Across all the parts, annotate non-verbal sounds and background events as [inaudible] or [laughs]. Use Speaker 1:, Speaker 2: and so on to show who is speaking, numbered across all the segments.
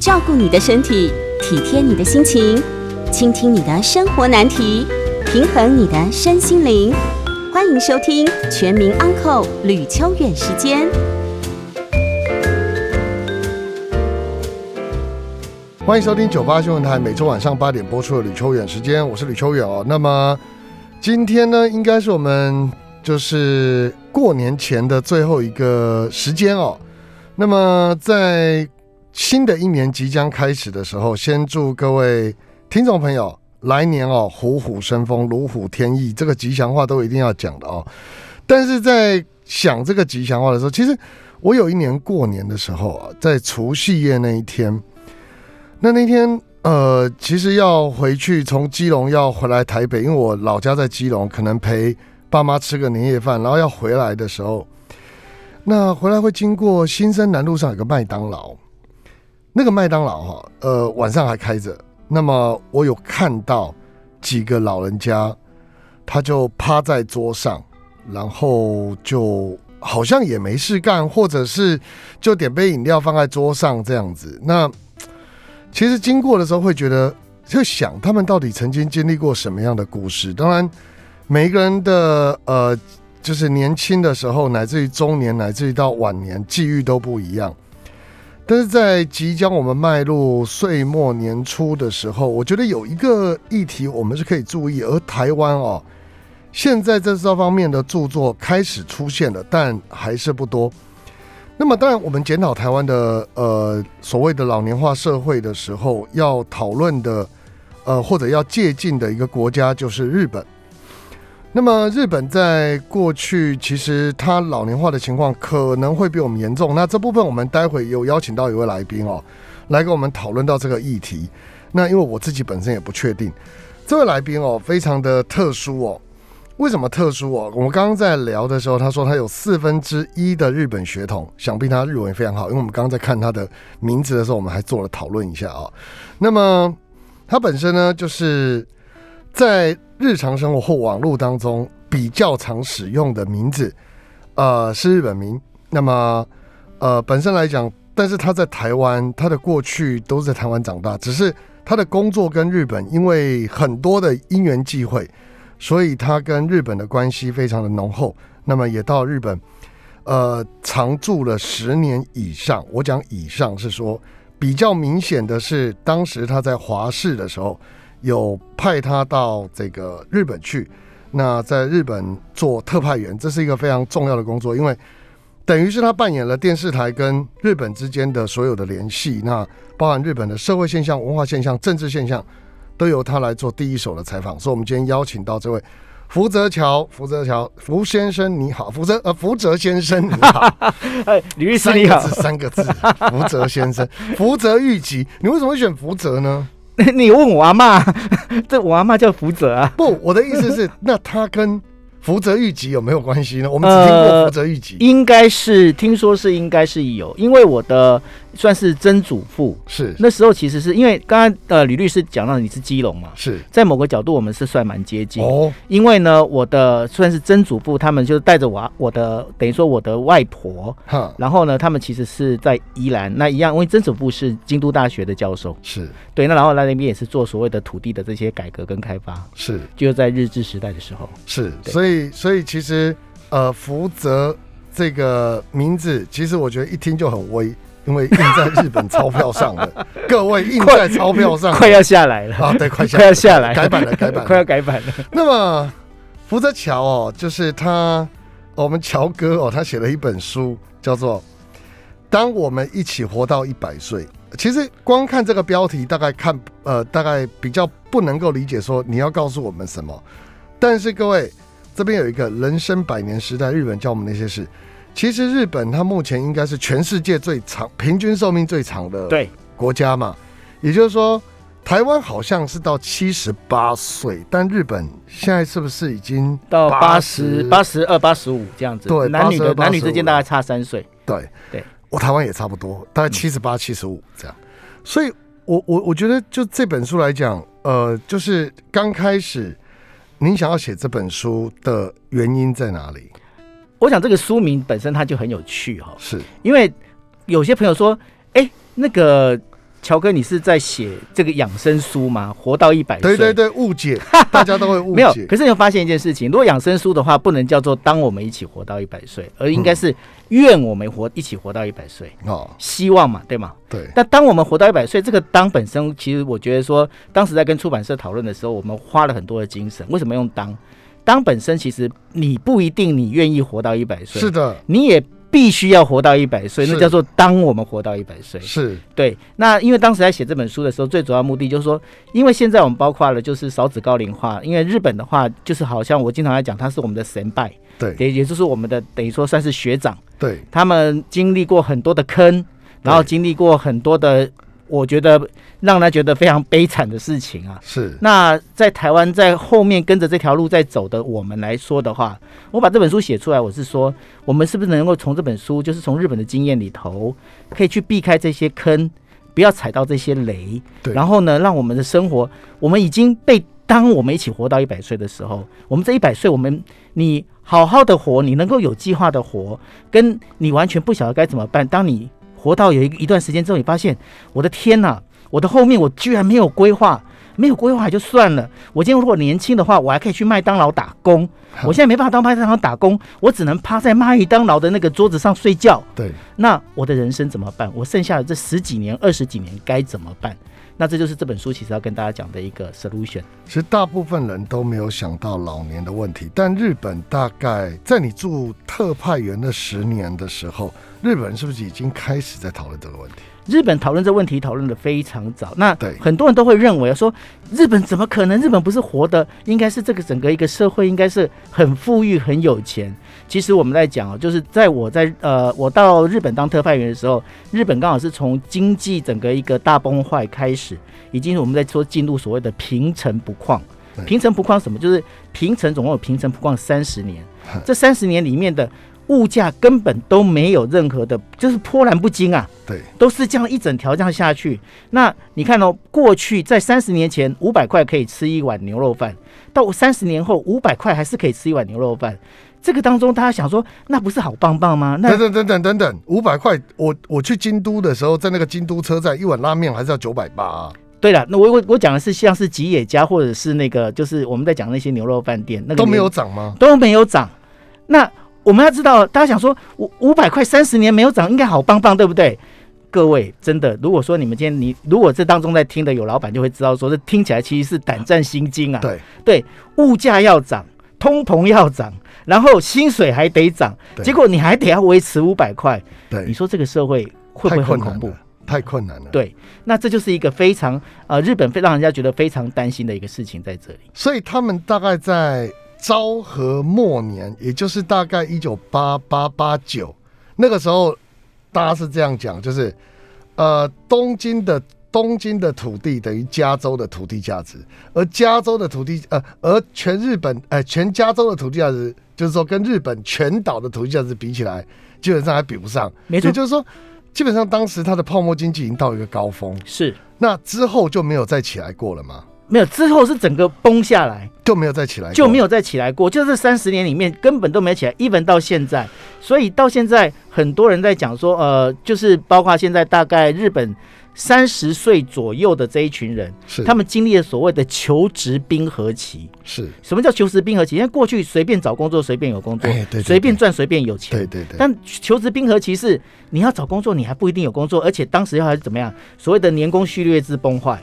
Speaker 1: 照顾你的身体，体贴你的心情，倾听你的生活难题，平衡你的身心灵。欢迎收听《全民安扣吕秋远时间。
Speaker 2: 欢迎收听九八新闻台每周晚上八点播出的吕秋远时间，我是吕秋远哦。那么今天呢，应该是我们就是过年前的最后一个时间哦。那么在新的一年即将开始的时候，先祝各位听众朋友来年哦虎虎生风，如虎添翼，这个吉祥话都一定要讲的哦。但是在想这个吉祥话的时候，其实我有一年过年的时候啊，在除夕夜那一天。那那天呃，其实要回去，从基隆要回来台北，因为我老家在基隆，可能陪爸妈吃个年夜饭，然后要回来的时候，那回来会经过新生南路上有个麦当劳，那个麦当劳哈，呃，晚上还开着。那么我有看到几个老人家，他就趴在桌上，然后就好像也没事干，或者是就点杯饮料放在桌上这样子。那其实经过的时候会觉得，就想他们到底曾经经历过什么样的故事。当然，每一个人的呃，就是年轻的时候，乃至于中年，乃至于到晚年，际遇都不一样。但是在即将我们迈入岁末年初的时候，我觉得有一个议题我们是可以注意，而台湾哦，现在在这方面的著作开始出现了，但还是不多。那么，当然，我们检讨台湾的呃所谓的老年化社会的时候，要讨论的呃或者要借鉴的一个国家就是日本。那么，日本在过去其实它老年化的情况可能会比我们严重。那这部分我们待会有邀请到一位来宾哦，来跟我们讨论到这个议题。那因为我自己本身也不确定，这位来宾哦非常的特殊哦，为什么特殊哦？我们刚刚在聊的时候，他说他有四分之一的日本血统，想必他日文也非常好。因为我们刚刚在看他的名字的时候，我们还做了讨论一下啊、那么他本身呢，就是在日常生活或网络当中比较常使用的名字，呃，是日本名。那么呃，本身来讲，但是他在台湾，他的过去都是在台湾长大，只是他的工作跟日本因为很多的因缘际会。所以他跟日本的关系非常的浓厚。那么也到日本，呃，常住了十年以上。我讲以上是说比较明显的是，当时他在华视的时候，有派他到这个日本去。那在日本做特派员，这是一个非常重要的工作，因为等于是他扮演了电视台跟日本之间的所有的联系，那包含日本的社会现象、文化现象、政治现象，都由他来做第一手的采访。所以，我们今天邀请到这位福泽桥，福泽桥，福先生你好，福泽呃福泽先生你
Speaker 3: [laughs]
Speaker 2: 好，
Speaker 3: 哎，吕律师
Speaker 2: 三
Speaker 3: 你
Speaker 2: 个
Speaker 3: 好
Speaker 2: 字，三个字，福泽先生，福泽谕吉，你为什么会选福泽呢？
Speaker 3: [laughs] 你问我阿妈， [laughs] 这我阿妈叫福泽啊，
Speaker 2: 不，我的意思是，那他跟福泽谕吉有没有关系呢？我们只听过
Speaker 3: 呃
Speaker 2: 福泽谕吉，
Speaker 3: 应该是听说是应该是有，因为我的算是曾祖父，
Speaker 2: 是
Speaker 3: 那时候其实是因为刚刚呃吕律师讲到你是基隆嘛，
Speaker 2: 是
Speaker 3: 在某个角度我们是算蛮接近，
Speaker 2: 哦，
Speaker 3: 因为呢我的呃算是曾祖父，他们就带着我阿我的等于说我的外婆，
Speaker 2: 哈，
Speaker 3: 然后呢他们其实是在宜兰，那一样，因为曾祖父是京都大学的教授，
Speaker 2: 是
Speaker 3: 对，那然后那那边也是做所谓的土地的这些改革跟开发，
Speaker 2: 是
Speaker 3: 就在日治时代的时候。
Speaker 2: 是，
Speaker 3: 对
Speaker 2: 所以所以其实呃，福泽这个名字，其实我觉得一听就很威，因为印在日本钞票上
Speaker 3: [laughs]
Speaker 2: 了。各位印在钞票上了
Speaker 3: 快要下来了，
Speaker 2: 啊，对，快下
Speaker 3: 快要下来了，
Speaker 2: 改版了，改版
Speaker 3: 快要
Speaker 2: 了。呃
Speaker 3: 改版了。
Speaker 2: [laughs] 那么福泽桥哦，就是他，我们乔哥哦，他写了一本书，叫做《当我们哦一起活到一百岁》。其实光看这个标题，大概看呃，大概比较不能够理解说你要告诉我们什么。但是各位，这边有一个人生百年时代，日本教我们那些事。其实日本它目前应该是全世界最长、平均寿命最长的
Speaker 3: 对，
Speaker 2: 国家嘛，也就是说，台湾好像是到七十八岁，但日本现在是不是已经
Speaker 3: 到八
Speaker 2: 80
Speaker 3: 十八？十二、八十五这样子。
Speaker 2: 对
Speaker 3: 男女的
Speaker 2: 82
Speaker 3: 男女之间大概差三岁。
Speaker 2: 对
Speaker 3: 对，
Speaker 2: 我台湾也差不多，大概七十八、七十五这样。所以我我我觉得，就这本书来讲，呃，就是刚开始您想要写这本书的原因在哪里？
Speaker 3: 我想这个书名本身它就很有趣哈、
Speaker 2: 是
Speaker 3: 因为有些朋友说，哎，那个。乔哥，你是在写这个养生书吗？活到一百岁？
Speaker 2: 对对对，误
Speaker 3: [laughs]
Speaker 2: 解，大家都会误
Speaker 3: 没有
Speaker 2: 解，
Speaker 3: 可。是你有发现一件事情，如果养生书的话，不能叫做“当我们一起活到一百岁”，而应该
Speaker 2: 嗯
Speaker 3: 是“愿我们活一起活到一百岁
Speaker 2: 哦”，，
Speaker 3: 希望嘛，对吗？
Speaker 2: 对，
Speaker 3: 但当我们活到一百岁，这个“当”本身，其实我觉得说，当时在跟出版社讨论的时候，我们花了很多的精神。为什么用“当”？“当”本身其实你不一定你愿意活到一百岁，
Speaker 2: 是的，
Speaker 3: 你也必须要活到一百岁，那
Speaker 2: 是
Speaker 3: 叫做“当我们活到一百岁”。
Speaker 2: 是
Speaker 3: 对，那因为当时在写这本书的时候，最主要目的就是说，因为现在我们包括了就是少子高龄化，因为日本的话，就是好像我经常在讲，它是我们的神拜，
Speaker 2: 对
Speaker 3: 也也就是我们的等于说算是学长，
Speaker 2: 对
Speaker 3: 他们经历过很多的坑，然后经历过很多的，我觉得让他觉得非常悲惨的事情啊。
Speaker 2: 是
Speaker 3: 那在台湾在后面跟着这条路在走的我们来说的话，我把这本书写出来，我是说，我们是不是能够从这本书，就是从日本的经验里头，可以去避开这些坑，不要踩到这些雷，
Speaker 2: 对
Speaker 3: 然后呢，让我们的生活，我们已经被当我们一起活到一百岁的时候，我们这一百岁，我们你好好的活，你能够有计划的活，跟你完全不晓得该怎么办，当你活到有一一段时间之后，你发现，我的天呐、我的后面我居然没有规划。没有规划也就算了，我今天如果年轻的话，我还可以去麦当劳打工。我现在没办法到麦当劳打工，我只能趴在麦当劳的那个桌子上睡觉。
Speaker 2: 对，
Speaker 3: 那我的人生怎么办？我剩下的这十几年、二十几年该怎么办？那这就是这本书其实要跟大家讲的一个 solution。
Speaker 2: 其实大部分人都没有想到老年的问题，但日本大概在你住特派员的十年的时候，日本是不是已经开始在讨论这个问题？
Speaker 3: 日本讨论这问题讨论的非常早，那
Speaker 2: 对
Speaker 3: 很多人都会认为说，日本怎么可能？日本不是活的，应该是这个整个一个社会应该是很富裕、很有钱。其实我们在讲哦，就是在我在呃我到日本当特派员的时候，日本刚好是从经济整个一个大崩坏开始，已经我们在说进入所谓的平成不况
Speaker 2: 对。，
Speaker 3: 平成不况是什么？就是平成总共有平成不况三十年
Speaker 2: [laughs]
Speaker 3: 这三十年里面的物价根本都没有任何的，就是波澜不惊啊。
Speaker 2: 对，
Speaker 3: 都是这样一整条这样下去。那你看哦，过去在三十年前，五百块可以吃一碗牛肉饭，到三十年后，五百块还是可以吃一碗牛肉饭。这个当中，大家想说，那不是好棒棒吗？那
Speaker 2: 等等等等等等，五百块，我我去京都的时候，在那个京都车站，一碗拉面还是要九百八，啊
Speaker 3: 对了，那我我我讲的是像是吉野家或者是那个，就是我们在讲那些牛肉饭店，那个
Speaker 2: 都没
Speaker 3: 牛
Speaker 2: 有涨吗？
Speaker 3: 都没有涨。那我们要知道，大家想说，五五百块三十年没有涨，应该好棒棒，对不对？各位，真的，如果说你们今天你如果这当中在听的有老板，就会知道说，这听起来其实是胆战心惊啊。
Speaker 2: 对，
Speaker 3: 对，物价要涨，通膨要涨，然后薪水还得涨，
Speaker 2: 对
Speaker 3: 结果你还得要维持五百块，你
Speaker 2: 对，
Speaker 3: 说这个社会会
Speaker 2: 太
Speaker 3: 不会
Speaker 2: 困
Speaker 3: 很
Speaker 2: 难
Speaker 3: 恐怖？
Speaker 2: 了，太困难了。
Speaker 3: 对，那这就是一个非常呃，日本非让人家觉得非常担心的一个事情在这里。
Speaker 2: 所以他们大概在昭和末年，也就是大概一九八八八九那个时候，大家是这样讲，就是呃，东京的东京的土地等于加州的土地价值，而加州的土地呃，而全日本呃全加州的土地价值，就是说跟日本全岛的土地价值比起来，基本上还比不上。
Speaker 3: 没错
Speaker 2: 也就是说，基本上当时它的泡沫经济已经到一个高峰，
Speaker 3: 是，
Speaker 2: 那之后就没有再起来过了嘛，
Speaker 3: 没有之后是整个崩下来，
Speaker 2: 就没有再起来过，
Speaker 3: 就没有再起来过，就这三十年里面根本都没起来，even 到现在。所以到现在，很多人在讲说，呃，就是包括现在大概日本三十岁左右的这一群人，
Speaker 2: 是
Speaker 3: 他们经历了所谓的求职冰河期。
Speaker 2: 是。
Speaker 3: 什么叫求职冰河期？因为过去随便找工作，随便有工作，
Speaker 2: 哎对对
Speaker 3: 随便赚，随便有钱。
Speaker 2: 对对对，
Speaker 3: 但求职冰河期是你要找工作，你还不一定有工作，而且当时还是怎么样？所谓的年功序列制崩坏，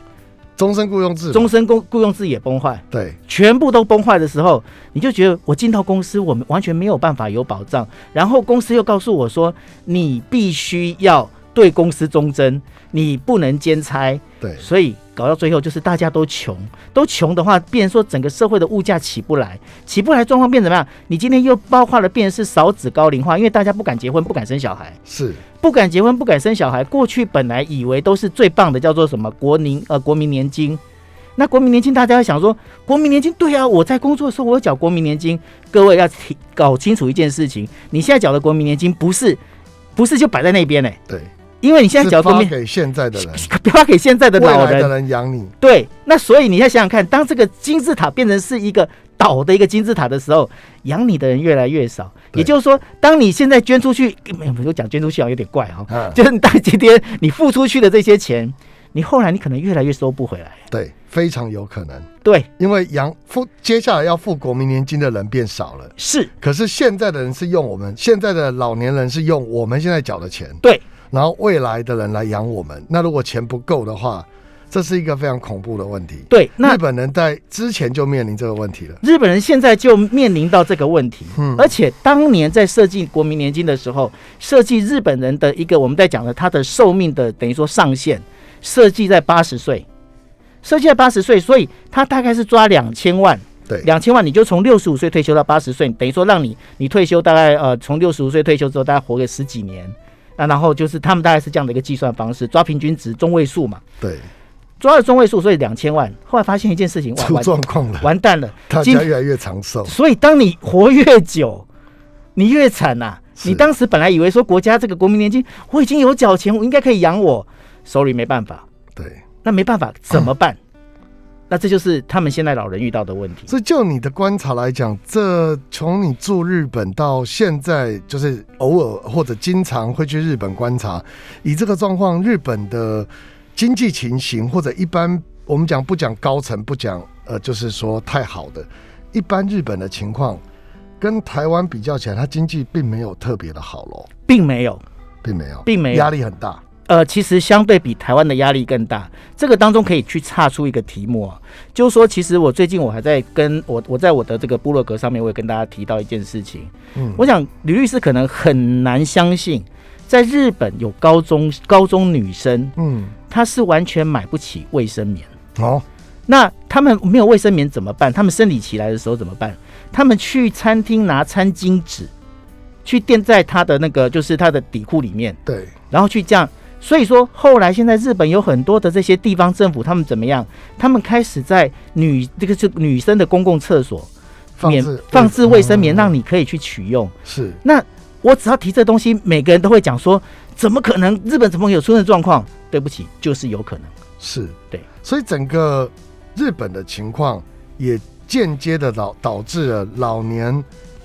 Speaker 2: 终身雇佣制嘛，
Speaker 3: 终身雇雇佣制也崩坏，
Speaker 2: 对
Speaker 3: 全部都崩坏的时候，你就觉得我进到公司，我们完全没有办法有保障。然后公司又告诉我说，你必须要对公司忠贞，你不能兼差，
Speaker 2: 对
Speaker 3: 所以搞到最后就是大家都穷，都穷的话，变成说整个社会的物价起不来，起不来状况变怎么样？你今天又包括了变成是少子高龄化，因为大家不敢结婚，不敢生小孩，
Speaker 2: 是
Speaker 3: 不敢结婚，不敢生小孩。过去本来以为都是最棒的，叫做什么国民呃国民年金。那国民年金，大家会想说，国民年金对啊，我在工作的时候我有缴国民年金。各位要提搞清楚一件事情，你现在缴的国民年金不是不是就摆在那边嘞、欸
Speaker 2: 对，
Speaker 3: 因为你现在
Speaker 2: 是
Speaker 3: 缴的国
Speaker 2: 发
Speaker 3: 民
Speaker 2: 给现在的人，
Speaker 3: [laughs] 发给现在的
Speaker 2: 未
Speaker 3: 老
Speaker 2: 来
Speaker 3: 人
Speaker 2: 的，人养你，
Speaker 3: 对，那所以你要想想看，当这个金字塔变成是一个倒的一个金字塔的时候，养你的人越来越少。
Speaker 2: 对
Speaker 3: 也就是说，当你现在捐哎 [laughs] 出去，没有我讲捐出去好像有点怪哈、
Speaker 2: 啊
Speaker 3: 就是你当今天你付出去的这些钱，你后来你可能越来越收不回来。
Speaker 2: 对，非常有可能，
Speaker 3: 对，
Speaker 2: 因为养付接下来要付国民年金的人变少了，
Speaker 3: 是，
Speaker 2: 可是现在的人是用我们现在的老年人是用我们现在缴的钱，
Speaker 3: 对，
Speaker 2: 然后未来的人来养我们。那如果钱不够的话，这是一个非常恐怖的问题。
Speaker 3: 对。那
Speaker 2: 日本人在之前就面临这个问题了，
Speaker 3: 日本人现在就面临到这个问题，
Speaker 2: 嗯
Speaker 3: 而且当年在设计国民年金的时候，设计日本人的一个我们在讲的他的寿命的等于说上限，设计在八十岁，设计在八十岁，所以他大概是抓两千万，
Speaker 2: 对，
Speaker 3: 两千万你就从六十五岁退休到八十岁，等于说让你你退休大概呃从六十五岁退休之后大概活个十几年，那然后就是他们大概是这样的一个计算方式，抓平均值中位数嘛，
Speaker 2: 对，
Speaker 3: 抓了中位数，所以两千万。后来发现一件事情，哇，
Speaker 2: 出
Speaker 3: 完
Speaker 2: 状况了，
Speaker 3: 完蛋了，
Speaker 2: 大
Speaker 3: 今
Speaker 2: 家越来越长寿，
Speaker 3: 所以当你活越久，你越惨呐、
Speaker 2: 是
Speaker 3: 你当时本来以为说国家这个国民年金我已经有缴钱，我应该可以养我，sorry 没办法，
Speaker 2: 对。
Speaker 3: 那没办法怎
Speaker 2: [laughs]
Speaker 3: 么办？那这就是他们现在老人遇到的问题。
Speaker 2: 所以就你的观察来讲，这从你住日本到现在，就是偶尔或者经常会去日本观察，以这个状况，日本的经济情形或者一般我们讲不讲高层，不讲呃，就是说太好的，一般日本的情况跟台湾比较起来，它经济并没有特别的好咯，
Speaker 3: 并没有，
Speaker 2: 并没有，
Speaker 3: 并没有
Speaker 2: 压力很大，
Speaker 3: 呃，其实相对比台湾的压力更大。这个当中可以去岔出一个题目啊，就是说，其实我最近我还在跟我我在我的这个部落格上面，我也跟大家提到一件事情。
Speaker 2: 嗯，
Speaker 3: 我想吕律师可能很难相信，在日本有高中高中女生，
Speaker 2: 嗯，
Speaker 3: 她是完全买不起卫生棉。
Speaker 2: 哦，
Speaker 3: 那他们没有卫生棉怎么办？他们生理期来的时候怎么办？他们去餐厅拿餐巾纸，去垫在他的那个就是他的底裤里面，
Speaker 2: 对，
Speaker 3: 然后去这样。所以说，后来现在日本有很多的这些地方政府，他们怎么样？他们开始在女这个是女生的公共厕所免放置卫生
Speaker 2: 嗯
Speaker 3: 棉，让你可以去取用。
Speaker 2: 是
Speaker 3: 那我只要提这东西，每个人都会讲说，怎么可能？日本怎么有出现状况？对不起，就是有可能。
Speaker 2: 是，
Speaker 3: 对，
Speaker 2: 所以整个日本的情况也间接的导导致了老年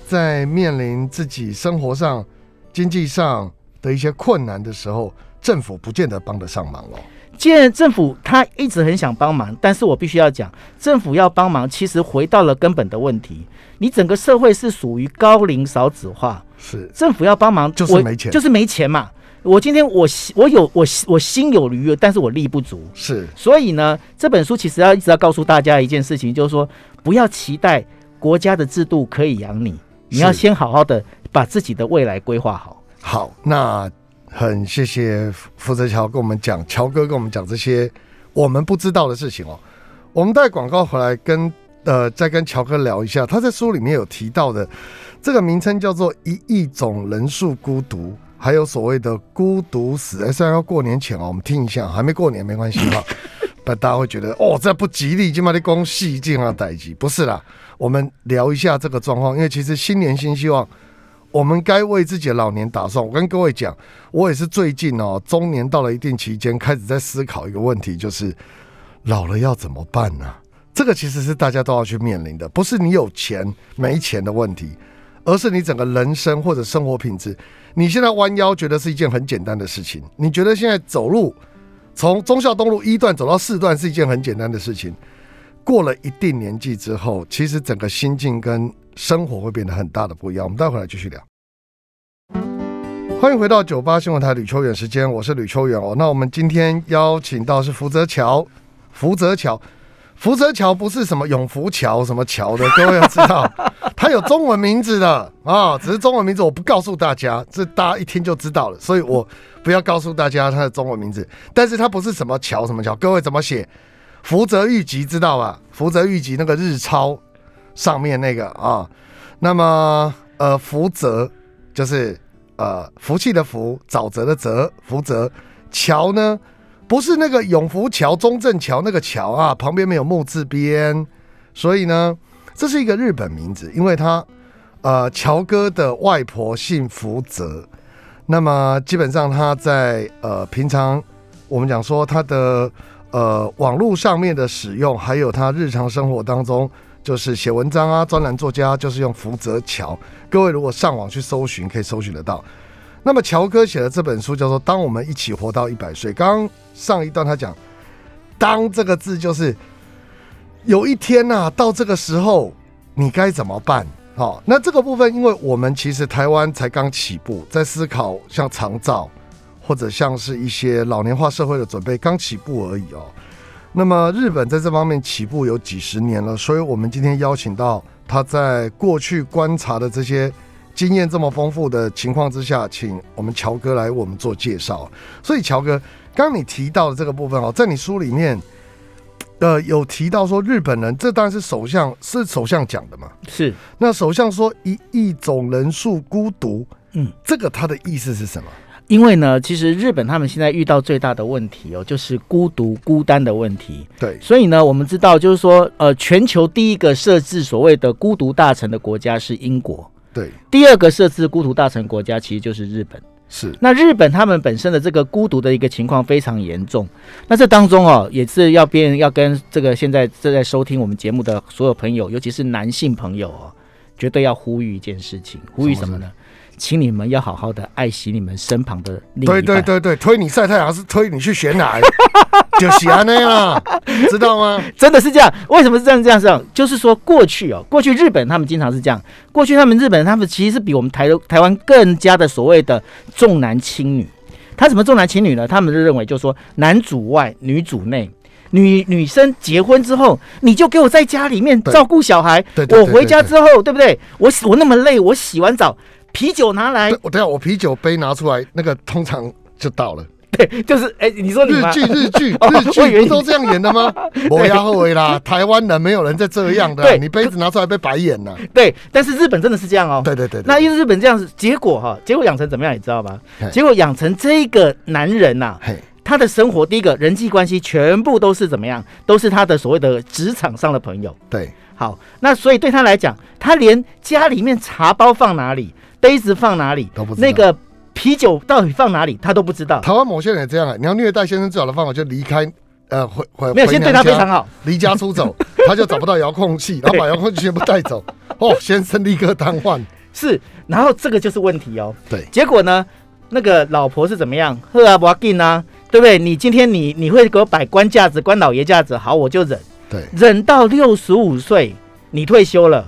Speaker 2: 在面临自己生活上、经济上的一些困难的时候，政府不见得帮得上忙哦。
Speaker 3: 既然政府他一直很想帮忙，但是我必须要讲，政府要帮忙，其实回到了根本的问题。你整个社会是属于高龄少子化，
Speaker 2: 是，
Speaker 3: 政府要帮忙，
Speaker 2: 就是
Speaker 3: 我
Speaker 2: 没钱
Speaker 3: 就是没钱嘛。我今天我心我有我心我心有余，但是我力不足。
Speaker 2: 是，
Speaker 3: 所以呢，这本书其实要一直要告诉大家一件事情，就是说不要期待国家的制度可以养你，你要先好好的把自己的未来规划好。
Speaker 2: 好，那很谢谢负责乔跟我们讲，乔哥跟我们讲这些我们不知道的事情哦。我们带广告回来跟呃，再跟乔哥聊一下，他在书里面有提到的这个名称叫做“一亿种人数孤独”，还有所谓的“孤独死”。 [laughs] 哎虽然要过年前哦，我们听一下，还没过年没关系哈。 [laughs] 但大家会觉得哦，这不吉利，今把的公戏尽啊逮鸡，不是啦。我们聊一下这个状况，因为其实新年新希望，我们该为自己的老年打算。我跟各位讲，我也是最近哦，中年到了一定期间，开始在思考一个问题，就是老了要怎么办呢、这个其实是大家都要去面临的，不是你有钱没钱的问题，而是你整个人生或者生活品质。你现在弯腰觉得是一件很简单的事情，你觉得现在走路从忠孝东路一段走到四段是一件很简单的事情。过了一定年纪之后，其实整个心境跟生活会变得很大的不一样。我们待会儿来继续聊。欢迎回到九八新闻台吕秋远时间，我是吕秋远哦。那我们今天邀请到是福泽桥，福泽桥，福泽桥不是什么永福桥什么桥的，各位要知道，它有中文名字的啊、只是中文名字我不告诉大家，这大家一听就知道了，所以我不要告诉大家它的中文名字。但是它不是什么桥什么桥，各位怎么写？福泽谕吉知道吧？福泽谕吉那个日抄上面那个啊，那么呃福泽就是呃福气的福，沼泽的泽，福泽桥呢不是那个永福桥、中正桥那个桥啊，旁边没有木字边，所以呢这是一个日本名字，因为他呃乔哥的外婆姓福泽，那么基本上他在呃平常我们讲说他的呃网络上面的使用，还有他日常生活当中，就是写文章啊、专栏作家，就是用福泽桥。各位如果上网去搜寻，可以搜寻得到。那么乔哥写的这本书叫做《当我们一起活到一百岁》。刚刚上一段他讲，当这个字就是有一天呐、到这个时候你该怎么办？好、那这个部分，因为我们其实台湾才刚起步，在思考像长照或者像是一些老年化社会的准备，刚起步而已哦。那么日本在这方面起步有几十年了，所以我们今天邀请到他在过去观察的这些经验这么丰富的情况之下，请我们乔哥来为我们做介绍。所以乔哥，刚刚你提到的这个部分哦，在你书里面，呃，有提到说日本人，这当然是首相是首相讲的嘛。
Speaker 3: 是
Speaker 2: 那首相说一亿种人数孤独，
Speaker 3: 嗯，
Speaker 2: 这个他的意思是什么？
Speaker 3: 因为呢，其实日本他们现在遇到最大的问题哦，就是孤独、孤单的问题。
Speaker 2: 对，
Speaker 3: 所以呢，我们知道，就是说，呃，全球第一个设置所谓的孤独大臣的国家是英国，
Speaker 2: 对，
Speaker 3: 第二个设置孤独大臣国家其实就是日本。
Speaker 2: 是，
Speaker 3: 那日本他们本身的这个孤独的一个情况非常严重，那这当中哦，也是要变要跟这个现在正在收听我们节目的所有朋友，尤其是男性朋友哦，绝对要呼吁一件事情，呼吁什么
Speaker 2: 什
Speaker 3: 呢？请你们要好好的爱惜你们身旁的另一半。
Speaker 2: 对对对对，推你晒太阳是推你去选
Speaker 3: [laughs]
Speaker 2: 奶，就是安那啦，知道吗？
Speaker 3: 真的是这样。为什么是这样这样这样？就是说过去哦，过去日本他们经常是这样。过去他们日本他们其实是比我们台台湾更加的所谓的重男轻女。他什么重男轻女呢？他们就认为就是说男主外女主内。女女生结婚之后，你就给我在家里面
Speaker 2: 对
Speaker 3: 照顾小孩。
Speaker 2: 对对对
Speaker 3: 我回家
Speaker 2: 对
Speaker 3: 之后，对不对？我洗我那么累，我洗完澡，啤酒拿来
Speaker 2: 对，我等一下我啤酒杯拿出来，那个通常就到了。
Speaker 3: 对，就是哎、 [laughs] 你说你
Speaker 2: 日
Speaker 3: 妈
Speaker 2: 剧日剧
Speaker 3: 哦
Speaker 2: 日
Speaker 3: 我以
Speaker 2: 剧
Speaker 3: 为
Speaker 2: 不都这样演的
Speaker 3: [laughs]
Speaker 2: 吗？磨牙后尾啦，台湾人没有人在这样的啊，
Speaker 3: 对
Speaker 2: 你杯子拿出来被白眼了。
Speaker 3: 对，但是日本真的是这样哦。
Speaker 2: 对对对，对
Speaker 3: 那因为日本这样子，结果哈、结果养成怎么样，你知道吗
Speaker 2: 嘿？
Speaker 3: 结果养成这个男人呐、
Speaker 2: 嘿，
Speaker 3: 他的生活第一个人际关系全部都是怎么样，都是他的所谓的职场上的朋友。
Speaker 2: 对
Speaker 3: 好，那所以对他来讲，他连家里面茶包放哪里，杯子放哪里
Speaker 2: 都不，知道
Speaker 3: 那个啤酒到底放哪里，他都不知道。
Speaker 2: 台湾某些人也这样啊，你要虐待先生，最好的方法就离开。呃，回回
Speaker 3: 没有，
Speaker 2: 回
Speaker 3: 先对
Speaker 2: 娘
Speaker 3: 他
Speaker 2: 家
Speaker 3: 非常好。
Speaker 2: 离家出
Speaker 3: [laughs]
Speaker 2: 走，他就找不到遥控器，然后把遥控器全部带走。哦，先生立刻瘫痪。
Speaker 3: 是，然后这个就是问题哦。
Speaker 2: 对
Speaker 3: 结果呢，那个老婆是怎么样？喝啊，不要紧啊，对不对？你今天你你会给我摆官架子、官老爷架子，好，我就忍。
Speaker 2: 对
Speaker 3: 忍到六十五岁，你退休了。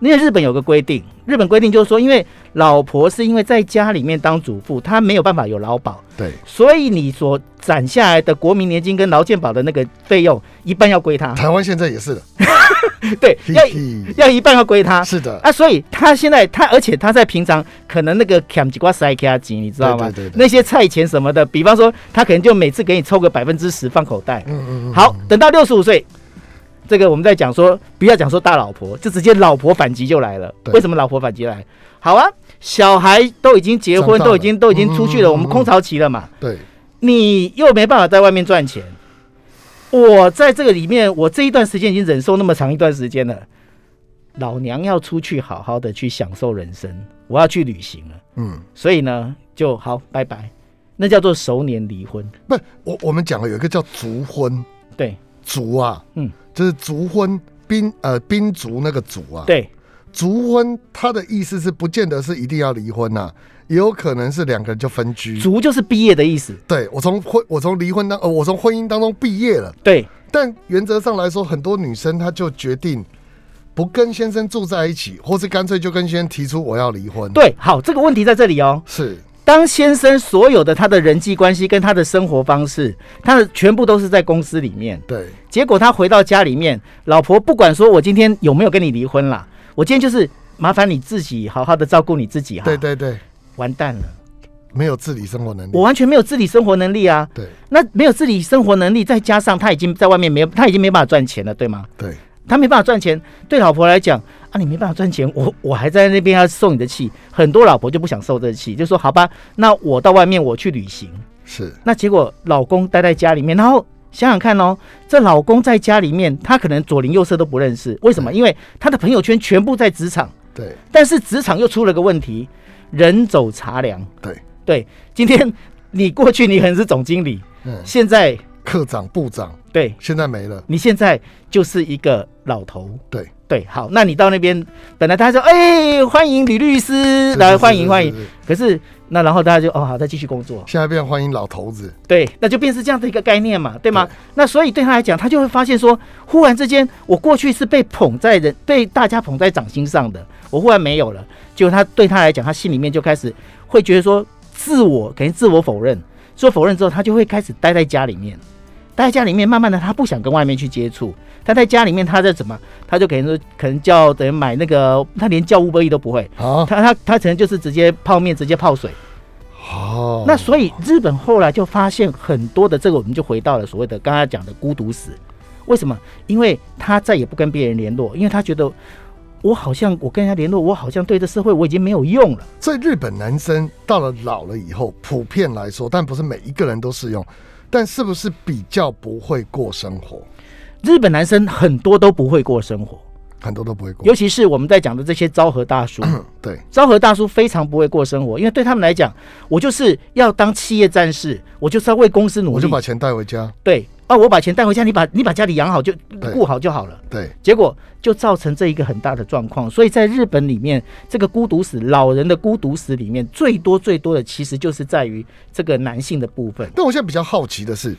Speaker 3: 因为日本有个规定，日本规定就是说，因为老婆是因为在家里面当主妇，她没有办法有劳保，
Speaker 2: 对，
Speaker 3: 所以你所攒下来的国民年金跟劳健保的那个费用，一半要
Speaker 2: [laughs]
Speaker 3: 归她，
Speaker 2: 台湾现在也是的，
Speaker 3: 对，
Speaker 2: 嘿
Speaker 3: 要
Speaker 2: 嘿
Speaker 3: 要一半要归她
Speaker 2: 是的，
Speaker 3: 啊，所以她现在她，而且她在平常可能那个 cam 几瓜塞卡吉，你知道吗？
Speaker 2: 对对对对
Speaker 3: 那些菜钱什么的，比方说她可能就每次给你抽个百分之十放口袋，
Speaker 2: 嗯嗯嗯，
Speaker 3: 好，等到六十五岁，这个我们在讲说，不要讲说大老婆，就直接老婆反击就来了。
Speaker 2: 对
Speaker 3: 为什么老婆反击来？好啊，小孩都已经结
Speaker 2: 长
Speaker 3: 婚，
Speaker 2: 大了
Speaker 3: 都已经都已经出去
Speaker 2: 嗯嗯
Speaker 3: 了，
Speaker 2: 嗯
Speaker 3: 我们空巢期了嘛，
Speaker 2: 对
Speaker 3: 你又没办法在外面赚钱。我在这个里面，我这一段时间已经忍受那么长一段时间了，老娘要出去好好的去享受人生，我要去旅行了，
Speaker 2: 嗯，
Speaker 3: 所以呢，就好拜拜，那叫做熟年离婚。
Speaker 2: 不，我我们讲了有一个叫族婚，
Speaker 3: 对
Speaker 2: 族啊，
Speaker 3: 嗯，
Speaker 2: 就是族婚。宾呃宾族那个族啊，
Speaker 3: 对，
Speaker 2: 族婚，它的意思是不见得是一定要离婚呐、也有可能是两个人就分居。
Speaker 3: 族就是毕业的意思。
Speaker 2: 对我从婚我从离婚当呃我从婚姻当中毕业了，
Speaker 3: 对，
Speaker 2: 但原则上来说，很多女生她就决定不跟先生住在一起，或是干脆就跟先生提出我要离婚。，
Speaker 3: 对，好，这个问题在这里哦。
Speaker 2: 是
Speaker 3: 当先生所有的他的人际关系跟他的生活方式，他的全部都是在公司里面。
Speaker 2: 对
Speaker 3: 结果他回到家里面，老婆不管说我今天有没有跟你离婚啦， [laughs] 我今天就是麻烦你自己好好的照顾你自己哈。
Speaker 2: 对，对对，
Speaker 3: 完蛋了，
Speaker 2: 没有自理生活能力
Speaker 3: 我。完全没有自理生活能力啊。
Speaker 2: 对
Speaker 3: 那没有自理生活能力，再加上他已经在外面没有，他已经没办法赚钱了，对吗？
Speaker 2: 对
Speaker 3: 他没办法赚钱，对老婆来讲啊，你没办法赚钱，我我还在那边要受你的气，很多老婆就不想受这气，就说好吧，那我到外面我去旅行。
Speaker 2: 是，
Speaker 3: 那结果老公待在家里面，然后想想看哦，这老公在家里面，他可能左邻右舍都不认识，为什么？因为他的朋友圈全部在职场，
Speaker 2: 对
Speaker 3: 但是职场又出了个问题，人走茶凉。
Speaker 2: 对，
Speaker 3: 对，今天你过去你可能是总经理，
Speaker 2: 嗯
Speaker 3: 现在
Speaker 2: 科长、部长，
Speaker 3: 对
Speaker 2: 现在没了。
Speaker 3: 你现在就是一个老头。
Speaker 2: 对
Speaker 3: 对，好，那你到那边，本来大家说，哎、欢迎吕律师，来欢迎欢迎。
Speaker 2: 是，是是是
Speaker 3: 可是那然后大家就哦好，再继续工作，
Speaker 2: 现在变欢迎老头子，
Speaker 3: 对，那就便是这样的一个概念嘛，对吗？
Speaker 2: 对
Speaker 3: 那所以对他来讲，他就会发现说，忽然之间，我过去是被捧在人被大家捧在掌心上的，我忽然没有了，结果他对他来讲，他心里面就开始会觉得说，自我肯定自我否认，说否认之后，他就会开始待在家里面。待在家里面，慢慢的，他不想跟外面去接触。他在家里面，他在怎么，他就可能说，可能叫等于买那个，他连叫 Uber E 都不会，
Speaker 2: 啊，
Speaker 3: 他他他可能就是直接泡面，直接泡水。
Speaker 2: 哦，
Speaker 3: 那所以日本后来就发现很多的这个，我们就回到了所谓的刚才讲的孤独死。为什么？因为他再也不跟别人联络，因为他觉得我好像我跟人家联络，我好像对这社会我已经没有用了。
Speaker 2: 所以日本男生到了老了以后，普遍来说，但不是每一个人都适用，但是不是比较不会过生活？
Speaker 3: 日本男生很多都不会过生活，
Speaker 2: 很多都不会过
Speaker 3: 尤。其是我们在讲的这些昭和大叔，
Speaker 2: [clears throat] 对，
Speaker 3: 昭和大叔非常不会过生活，因为对他们来讲，我就是要当企业战士，我就是要为公司努
Speaker 2: 我就
Speaker 3: 力。
Speaker 2: 把钱带回家。
Speaker 3: 对啊，我把钱带回家，你把你把家里养好就
Speaker 2: 对
Speaker 3: 顾好就好了。
Speaker 2: 对，
Speaker 3: 结果就造成这一个很大的状况。所以在日本里面，这个孤独死，老人的孤独死里面，最多最多的其实就是在于这个男性的部分。
Speaker 2: 但我现在比较好奇的是，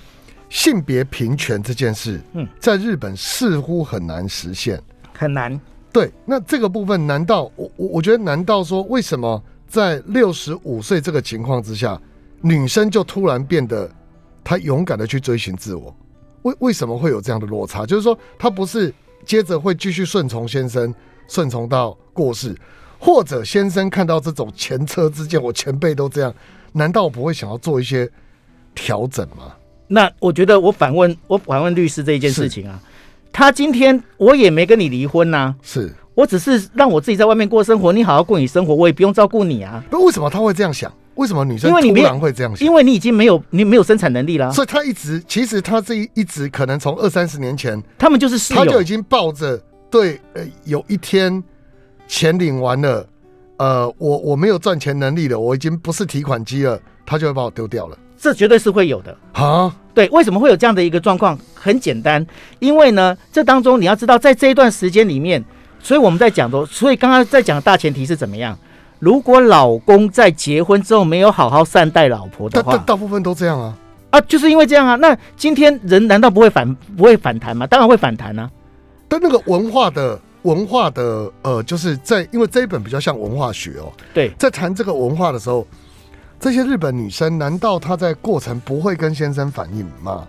Speaker 2: 性别平权这件事，
Speaker 3: 嗯
Speaker 2: 在日本似乎很难实现。
Speaker 3: 很难，
Speaker 2: 对，那这个部分，难道我我我觉得，难道说为什么在六十五岁这个情况之下，女生就突然变得她勇敢的去追寻自我？为为什么会有这样的落差？就是说，她不是接着会继续顺从先生，顺从到过世，或者先生看到这种前车之鉴，我前辈都这样，难道我不会想要做一些调整吗？
Speaker 3: 那我觉得我反问我反问律师这一件事情啊，他今天我也没跟你离婚呐、啊
Speaker 2: 是，
Speaker 3: 我只是让我自己在外面过生活，你好好过你生活，我也不用照顾你啊，
Speaker 2: 那为什么她会这样想？为什么女生
Speaker 3: 因为你
Speaker 2: 突
Speaker 3: 没有
Speaker 2: 然会这样想？
Speaker 3: 因为你已经没有你没有生产能力啦。
Speaker 2: 所以他一直，其实他这一一直可能从二三十年前，
Speaker 3: 他们就是室
Speaker 2: 他就
Speaker 3: 友
Speaker 2: 已，经抱着对，呃，有一天钱领完了，呃，我我没有赚钱能力了，我已经不是提款机了，他就会把我丢掉了。
Speaker 3: 这绝对是会有的。
Speaker 2: 啊，
Speaker 3: 对，为什么会有这样的一个状况？很简单，因为呢，这当中你要知道，在这一段时间里面，所以我们在讲的，所以刚刚在讲的大前提是怎么样？如果老公在结婚之后没有好好善待老婆的
Speaker 2: 但但
Speaker 3: 话，
Speaker 2: 大部分都这样啊。
Speaker 3: 啊，就是因为这样啊，那今天人难道不会反不会反弹吗？当然会反弹啊。
Speaker 2: 但那个文化的文化的，呃，就是在因为这一本比较像文化学哦，
Speaker 3: 对，
Speaker 2: 在谈这个文化的时候，这些日本女生难道她在过程不会跟先生反映吗？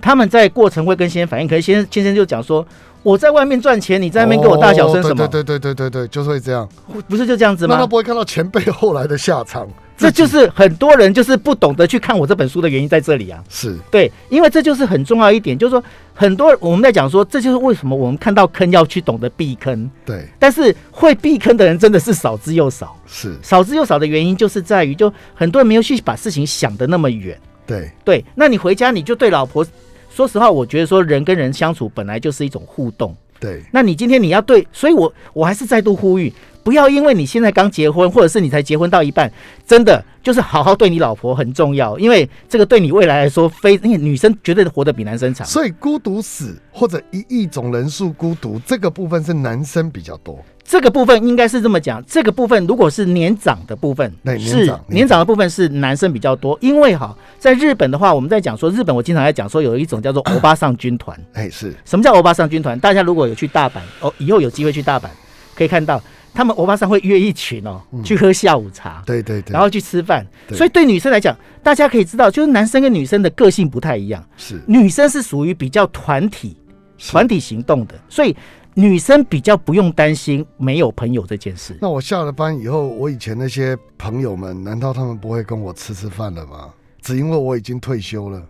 Speaker 3: 他们在过程会跟先生反映，可是先生先生就讲说，我在外面赚钱，你在那边给我大小声什么？
Speaker 2: 哦对对对对对对，就是会这样。
Speaker 3: 不是就这样子
Speaker 2: 那他
Speaker 3: 吗？
Speaker 2: 不会看到前辈后来的下场，
Speaker 3: 这就是很多人就是不懂得去看我这本书的原因在这里啊。
Speaker 2: 是
Speaker 3: 对，因为这就是很重要一点，就是说很多我们在讲说，这就是为什么我们看到坑要去懂得避坑，
Speaker 2: 对，
Speaker 3: 但是会避坑的人真的是少之又少，
Speaker 2: 是
Speaker 3: 少之又少的原因就是在于，就很多人没有去把事情想得那么远。
Speaker 2: 对，
Speaker 3: 对，那你回家你就对老婆，说实话，我觉得说人跟人相处本来就是一种互动，
Speaker 2: 对，
Speaker 3: 那你今天你要对，所以我我还是再度呼吁，不要因为你现在刚结婚，或者是你才结婚到一半，真的就是好好对你老婆很重要，因为这个对你未来来说非，因为女生绝对活得比男生长。
Speaker 2: 所以孤独死或者一亿种人数孤独这个部分是男生比较多，
Speaker 3: 这个部分应该是这么讲，这个部分如果是年长的部分，
Speaker 2: 对年
Speaker 3: 是
Speaker 2: 长
Speaker 3: 年长的部分是男生比较多，因为哈，在日本的话，我们在讲说日本，我经常在讲说有一种叫做欧巴桑军团，
Speaker 2: 哎，是
Speaker 3: 什么叫欧巴桑军团？大家如果有去大阪哦，以后有机会去大阪，可以看到他们欧巴桑会约一群哦去喝下午茶，
Speaker 2: 嗯对对对，
Speaker 3: 然后去吃饭。
Speaker 2: 对
Speaker 3: 所以对女生来讲，大家可以知道，就是男生跟女生的个性不太一样，
Speaker 2: 是
Speaker 3: 女生是属于比较团体、
Speaker 2: 是
Speaker 3: 团体行动的，所以女生比较不用担心没有朋友这件事。
Speaker 2: 那我下了班以后，我以前那些朋友们，难道他们不会跟我吃吃饭了吗？只因为我已经退休了，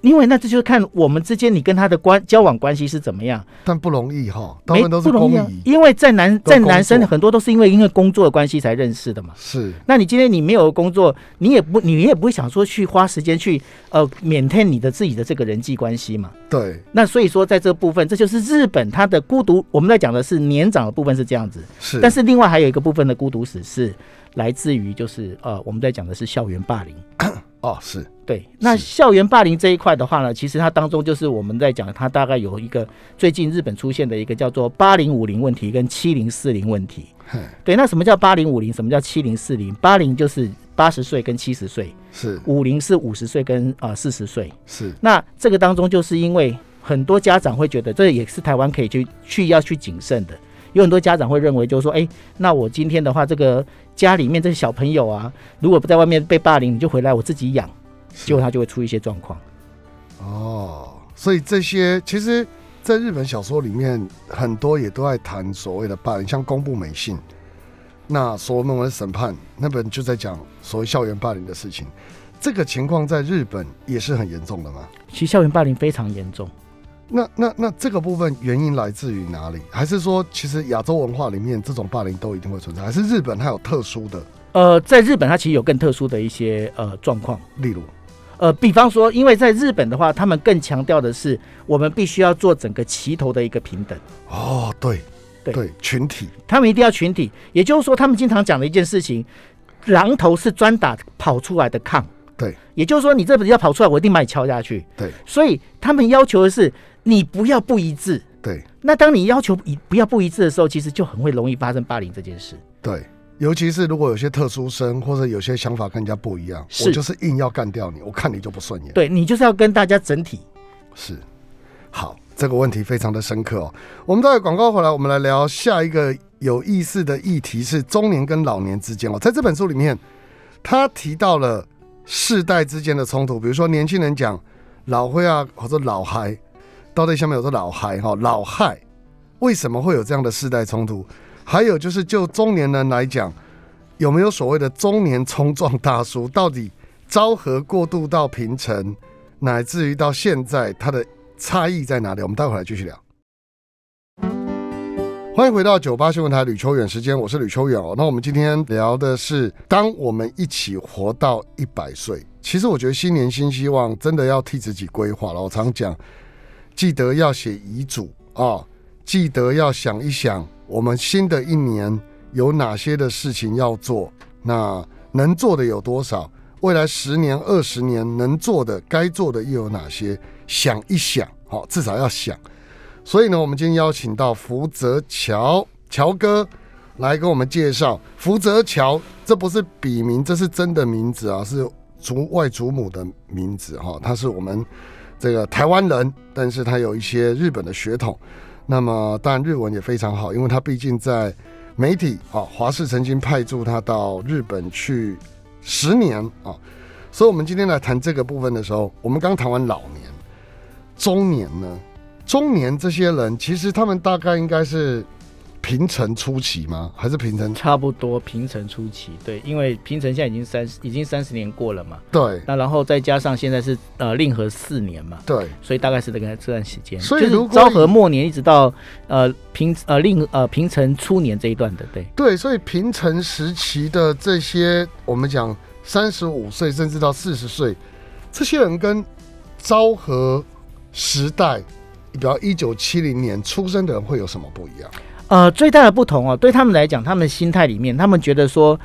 Speaker 3: 因为那这就是看我们之间你跟他的关交往关系是怎么样，
Speaker 2: 但不容易哈，他
Speaker 3: 没
Speaker 2: 们都是
Speaker 3: 不容
Speaker 2: 公
Speaker 3: 易啊。
Speaker 2: 益，
Speaker 3: 因为在男在
Speaker 2: 工
Speaker 3: 男生
Speaker 2: 作
Speaker 3: 很多都是因为因为工作的关系才认识的嘛。
Speaker 2: 是
Speaker 3: 那你今天你没有工作，你也不你也不会想说去花时间去呃缅甸你的自己的这个人际关系嘛。
Speaker 2: 对
Speaker 3: 那所以说，在这部分，这就是日本它的孤独。我们在讲的是年长的部分是这样子，
Speaker 2: 是，
Speaker 3: 但是另外还有一个部分的孤独史是来自于就是呃，我们在讲的是校园霸凌。
Speaker 2: 哦，是
Speaker 3: 对，那
Speaker 2: 是
Speaker 3: 校园霸凌这一块的话呢，其实它当中就是我们在讲，它大概有一个最近日本出现的一个叫做八零五零问题跟七零四零问题
Speaker 2: 嘿。
Speaker 3: 对，那什么叫八零五零？什么叫七零四零？八零就是八十岁跟七十岁，
Speaker 2: 是
Speaker 3: 五零是五十岁跟啊四十岁。
Speaker 2: 是，
Speaker 3: 那这个当中，就是因为很多家长会觉得，这也是台湾可以去去要去谨慎的。有很多家长会认为，就是说，哎、那我今天的话，这个家里面这些小朋友啊，如果不在外面被霸凌，你就回来我自己养，
Speaker 2: 是
Speaker 3: 结果他就会出一些状况。
Speaker 2: 哦，所以这些其实，在日本小说里面，很多也都在谈所谓的霸凌，像宫部美幸，那所罗门文审判那本就在讲所谓校园霸凌的事情。这个情况在日本也是很严重的吗？
Speaker 3: 其实校园霸凌非常严重。
Speaker 2: 那那那这个部分原因来自于哪里？还是说，其实亚洲文化里面这种霸凌都一定会存在？还是日本它有特殊的，
Speaker 3: 呃，在日本，它其实有更特殊的一些呃状况。
Speaker 2: 例如
Speaker 3: 呃，比方说，因为在日本的话，他们更强调的是，我们必须要做整个齐头的一个平等。
Speaker 2: 哦，对
Speaker 3: 对
Speaker 2: 群体
Speaker 3: 他们一定要群体，也就是说，他们经常讲的一件事情，榔头是专打跑出来的抗，
Speaker 2: 对
Speaker 3: 也就是说，你这本要跑出来，我一定把你敲下去。
Speaker 2: 对
Speaker 3: 所以他们要求的是，你不要不一致。
Speaker 2: 对
Speaker 3: 那当你要求一不要不一致的时候，其实就很会容易发生霸凌这件事。
Speaker 2: 对，尤其是如果有些特殊生或者有些想法跟人家不一样，
Speaker 3: 是
Speaker 2: 我就是硬要干掉你，我看你就不顺眼。
Speaker 3: 对你就是要跟大家整体
Speaker 2: 是，好，这个问题非常的深刻哦。我们待会广告回来，我们来聊下一个有意思的议题是中年跟老年之间哦。在这本书里面，他提到了世代之间的冲突，比如说年轻人讲老灰啊，或者老嗨，到底下面有说老嗨哈、老嗨为什么会有这样的世代冲突？还有就是就中年人来讲，有没有所谓的中年冲撞大叔？到底昭和过渡到平成？乃至于到现在它的差异在哪里？我们待会儿来继续聊。欢迎回到九八新闻台，吕秋远时间，我是吕秋远哦。那我们今天聊的是，当我们一起活到一百岁，其实我觉得新年新希望，真的要替自己规划了。我常讲，记得要写遗嘱啊、记得要想一想，我们新的一年有哪些的事情要做，那能做的有多少？未来十年、二十年能做的、该做的又有哪些？想一想，好、至少要想。所以呢，我们今天邀请到福泽桥乔哥来跟我们介绍福泽桥，这不是笔名，这是真的名字啊，是祖外祖母的名字哈、他是我们这个台湾人，但是他有一些日本的血统。那么，当然日文也非常好，因为他毕竟在媒体啊，华视曾经派驻他到日本去十年啊。所以，我们今天来谈这个部分的时候，我们刚谈完老年，中年呢？中年这些人，其实他们大概应该是平成初期吗？还是平成？
Speaker 3: 差不多平成初期。对，因为平成现在已经三已经三十年过了嘛，
Speaker 2: 对
Speaker 3: 那然后再加上现在是呃令和四年嘛，
Speaker 2: 对，
Speaker 3: 所以大概是这个这段时间，
Speaker 2: 所以
Speaker 3: 就
Speaker 2: 如
Speaker 3: 是
Speaker 2: 果
Speaker 3: 昭和
Speaker 2: 以
Speaker 3: 末年一直到呃平呃令呃平成初年这一段的，对，
Speaker 2: 对，所以平成时期的这些，我们讲三十五岁甚至到四十岁，这些人跟昭和时代，比方一九七零年出生的人会有什么不一样？
Speaker 3: 呃，最大的不同哦，对他们来讲，他们心态里面，他们觉得说，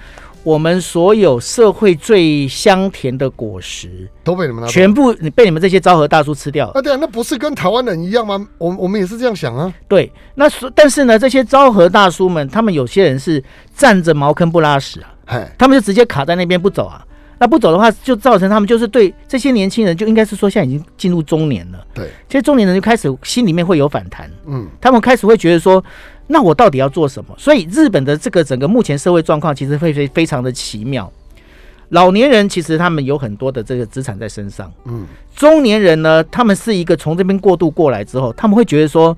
Speaker 3: 我们所有社会最香甜的果实，
Speaker 2: 都被你们拿走
Speaker 3: 全部你被你们这些昭和大叔吃掉了。
Speaker 2: 啊？对啊，那不是跟台湾人一样吗？我我们也是这样想啊。
Speaker 3: 对，那所但是呢，这些昭和大叔们，他们有些人是站着茅坑不拉屎啊，
Speaker 2: 嘿，
Speaker 3: 他们就直接卡在那边不走啊。那不走的话，就造成他们就是对这些年轻人，就应该是说现在已经进入中年了。
Speaker 2: 对，
Speaker 3: 这些中年人就开始心里面会有反弹，
Speaker 2: 嗯，
Speaker 3: 他们开始会觉得说，那我到底要做什么？所以日本的这个整个目前社会状况其实会非非常的奇妙。老年人其实他们有很多的这个资产在身上，
Speaker 2: 嗯，
Speaker 3: 中年人呢，他们是一个从这边过渡过来之后，他们会觉得说，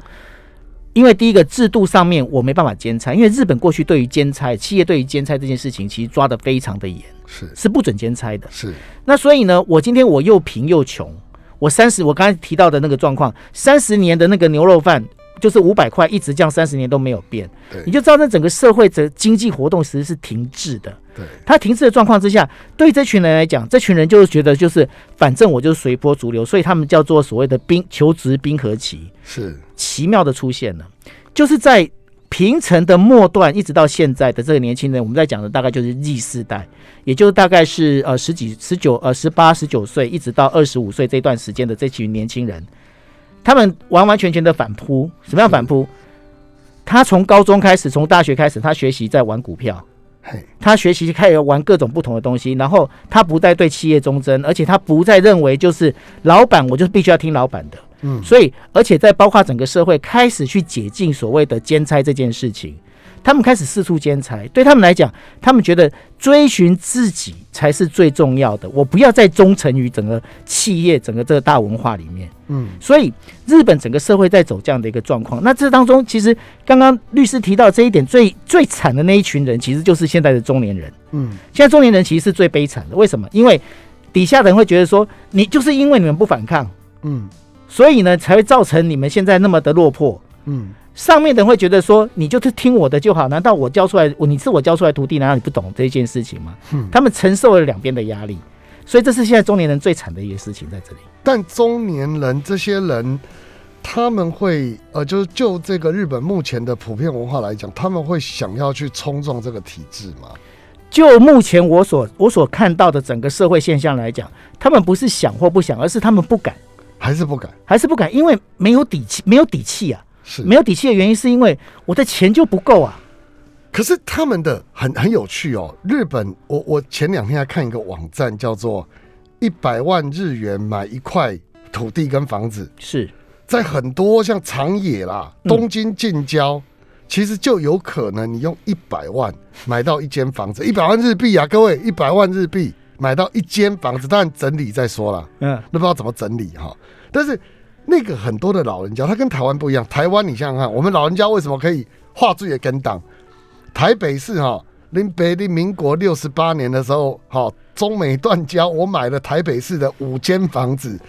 Speaker 3: 因为第一个制度上面我没办法兼差，因为日本过去对于兼差企业对于兼差这件事情其实抓得非常的严，
Speaker 2: 是
Speaker 3: 是不准兼差的。
Speaker 2: 是，
Speaker 3: 那所以呢，我今天我又贫又穷，我三十，我刚才提到的那个状况，三十年的那个牛肉饭就是五百块，一直降三十年都没有变
Speaker 2: 对，
Speaker 3: 你就知道那整个社会的经济活动其实是停滞的。
Speaker 2: 对，
Speaker 3: 它停滞的状况之下，对这群人来讲，这群人就是觉得就是反正我就是随波逐流，所以他们叫做所谓的冰求职冰河期，
Speaker 2: 是
Speaker 3: 奇妙的出现了，就是在。平成的末段一直到现在的这个年轻人，我们在讲的大概就是 Z 世代，也就是大概是呃十几、十九、呃十八、十九岁一直到二十五岁这段时间的这群年轻人，他们完完全全的反扑。什么样反扑？他从高中开始，从大学开始，他学习在玩股票。
Speaker 2: 嘿，
Speaker 3: 他学习开始玩各种不同的东西，然后他不再对企业忠贞，而且他不再认为就是老板，我就必须要听老板的。
Speaker 2: 嗯
Speaker 3: 所以而且在包括整个社会开始去解禁所谓的兼差这件事情，他们开始四处兼差。对他们来讲，他们觉得追寻自己才是最重要的，我不要再忠诚于整个企业、整个这个大文化里面。
Speaker 2: 嗯，
Speaker 3: 所以日本整个社会在走这样的一个状况。那这当中，其实刚刚律师提到这一点，最最惨的那一群人，其实就是现在的中年人。
Speaker 2: 嗯，
Speaker 3: 现在中年人其实是最悲惨的，为什么？因为底下的人会觉得说，你就是因为你们不反抗，
Speaker 2: 嗯，
Speaker 3: 所以呢才会造成你们现在那么的落魄。
Speaker 2: 嗯，
Speaker 3: 上面的人会觉得说，你就是听我的就好，难道我教出来，我你是我教出来的徒弟，难道你不懂这件事情吗？
Speaker 2: 嗯
Speaker 3: 他们承受了两边的压力，所以这是现在中年人最惨的一个事情在这里。
Speaker 2: 但中年人这些人，他们会呃，就是就这个日本目前的普遍文化来讲，他们会想要去冲撞这个体制吗？
Speaker 3: 就目前我所我所看到的整个社会现象来讲，他们不是想或不想，而是他们不敢，
Speaker 2: 还是不敢？
Speaker 3: 还是不敢，因为没有底气，没有底气啊！
Speaker 2: 是
Speaker 3: 没有底气的原因是因为我的钱就不够啊。
Speaker 2: 可是他们的很很有趣哦。日本，我我前两天还看一个网站，叫做一百万日元买一块土地跟房子，
Speaker 3: 是
Speaker 2: 在很多像长野啦、
Speaker 3: 嗯
Speaker 2: 东京近郊，其实就有可能你用一百万买到一间房子，一百万日币啊，各位，一百万日币买到一间房子，当然整理再说啦，
Speaker 3: 嗯，
Speaker 2: 那不知道怎么整理哈。但是那个很多的老人家，他跟台湾不一样。台湾你想想看，我们老人家为什么可以画自己的跟党？台北市哈，林北林民国六十八年的时候，哈，中美断交，我买了台北市的五间房子，